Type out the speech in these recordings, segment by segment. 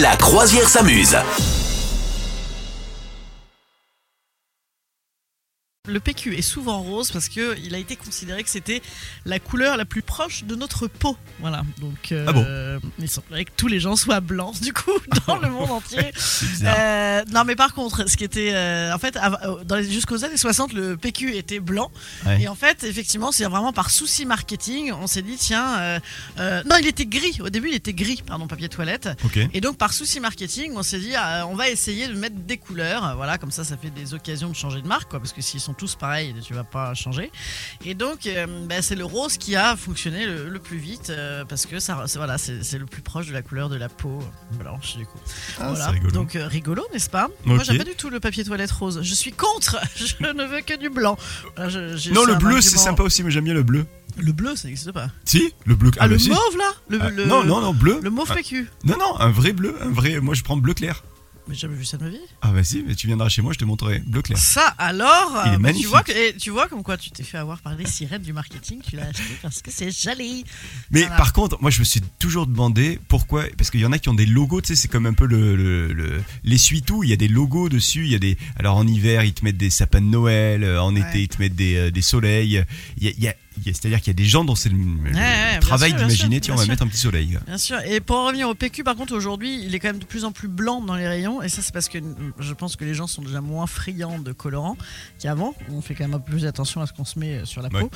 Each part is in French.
La croisière s'amuse. Le PQ est souvent rose parce que il a été considéré que c'était la couleur la plus proche de notre peau. Voilà. Donc, euh, Ah bon il semblerait que tous les gens soient blancs, du coup, dans le monde entier. C'est bizarre. Euh, non, mais par contre, ce qui était. euh, en fait, av- dans les- jusqu'aux années 60, le PQ était blanc. Ouais. Et en fait, effectivement, c'est vraiment par souci marketing, on s'est dit, tiens. euh, euh, non, il était gris. Au début, il était gris, pardon, papier toilette. Ok. Et donc, par souci marketing, on s'est dit, ah, on va essayer de mettre des couleurs. Euh, Voilà, comme ça, ça fait des occasions de changer de marque, quoi, parce que s'ils sont tous pareils, tu vas pas changer. Et donc, euh, bah, c'est le rose qui a fonctionné le, le plus vite, euh, parce que ça, c'est- voilà, c'est c'est le plus proche de la couleur de la peau blanche, du coup. Ah, Voilà. C'est rigolo. Donc, euh, rigolo, n'est-ce pas Moi, Ok. j'aime pas du tout le papier toilette rose. Je suis contre Je ne veux que du blanc. Voilà, je- j'ai- non, le un bleu, c'est argument. sympa aussi, mais j'aime bien le bleu. Le bleu, ça n'existe pas. Si Le bleu. Ah, le bah si. mauve, là le, Ah, le- Non, non, non, bleu. Le mauve Ah, PQ. Non, non, un vrai bleu. Un vrai... Moi, je prends bleu clair. Mais j'ai jamais vu ça de ma vie. Ah, bah si, mais tu viendras chez moi, je te montrerai. Bleu clair. Ça alors, Il est euh, magnifique. tu vois que et tu vois comme quoi tu t'es fait avoir par les sirènes du marketing, tu l'as acheté parce que c'est joli. Mais Voilà. par contre, moi, je me suis toujours demandé pourquoi. Parce qu'il y en a qui ont des logos, tu sais, c'est comme un peu le, le, le- l'essuie-tout. Il y a des logos dessus. Il y a des. Alors, en hiver, ils te mettent des sapins de Noël. euh, En Ouais. été, ils te mettent des, euh, des soleils. Il y a. il y a- il y a- C'est-à-dire qu'il y a des gens dont c'est le, le bien travail sûr, bien d'imaginer, sûr, bien tiens, on va sûr. mettre un petit soleil. Bien sûr. Et pour en revenir au PQ, par contre aujourd'hui, il est quand même de plus en plus blanc dans les rayons et ça c'est parce que euh, je pense que les gens sont déjà moins friands de colorants qu'avant. On fait quand même un peu plus attention à ce qu'on se met euh, sur la peau. Ouais.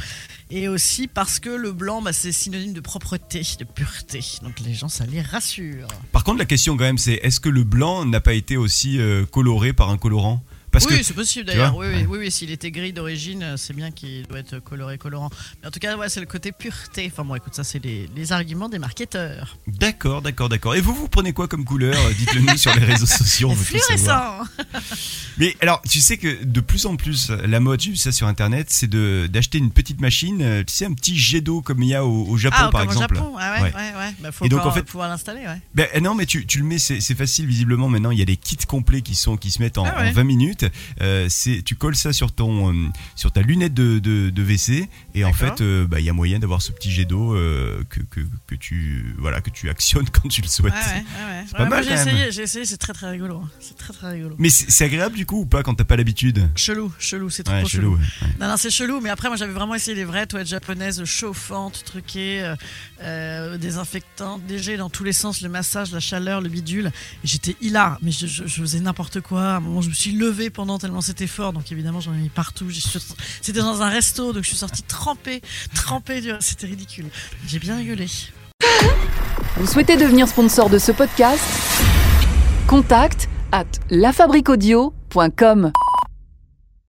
Et aussi parce que le blanc, bah, c'est synonyme de propreté, de pureté. Donc les gens, ça les rassure. Par contre, la question quand même, c'est est-ce que le blanc n'a pas été aussi euh, coloré par un colorant Parce oui, que c'est possible tu d'ailleurs. vois Oui, oui, oui, oui, s'il était gris d'origine, euh, c'est bien qu'il doit être coloré, colorant. Mais en tout cas, ouais, c'est le côté pureté. Enfin bon, écoute, ça, c'est les, les arguments des marketeurs. d'accord, d'accord, d'accord. Et vous, vous prenez quoi comme couleur Euh, Dites-le nous sur les réseaux sociaux. on veut tout savoir. Fluorescent Mais alors, tu sais que de plus en plus, la mode, j'ai vu ça sur internet, c'est de d'acheter une petite machine, euh, tu sais, un petit jet d'eau comme il y a au, au Japon Ah, par comme au exemple. Japon. Ah ouais, ouais, Ouais. ouais. Bah, faut Et donc, en encore fait- pouvoir l'installer, ouais. Ben, euh, non, mais tu, tu le mets, c'est c'est facile visiblement. Maintenant, il y a des kits complets qui sont qui se mettent en, Ah ouais. en 20 minutes. Euh, c'est tu colles ça sur ton euh, sur ta lunette de, de, de WC et en D'accord. fait, euh, bah, il y a moyen d'avoir ce petit jet d'eau euh, que, que, que tu voilà que tu actionnes quand tu le souhaites. Ouais, ouais, ouais, ouais. pas Ouais, moi, mal, j'ai quand même. essayé, j'ai essayé, c'est très très rigolo. hein. C'est très très rigolo. Mais c'est c'est agréable du coup ou pas quand t'as pas l'habitude Chelou, chelou, c'est trop Ouais, chelou. chelou. ouais. Non, non, c'est chelou, mais après, moi j'avais vraiment essayé les vraies toilettes japonaises chauffantes, truquées, euh, euh, désinfectantes, léger dans tous les sens, le massage, la chaleur, le bidule. Et J'étais hilar, mais je, je- je faisais n'importe quoi. À un moment, je me suis levée pendant tellement c'était fort, donc évidemment, j'en ai mis partout. J'ai sorti- C'était dans un resto, donc je suis sortie trempée, trempée. du- C'était ridicule. J'ai bien rigolé. Vous souhaitez devenir sponsor de ce podcast Contact à lafabriquaudio.com.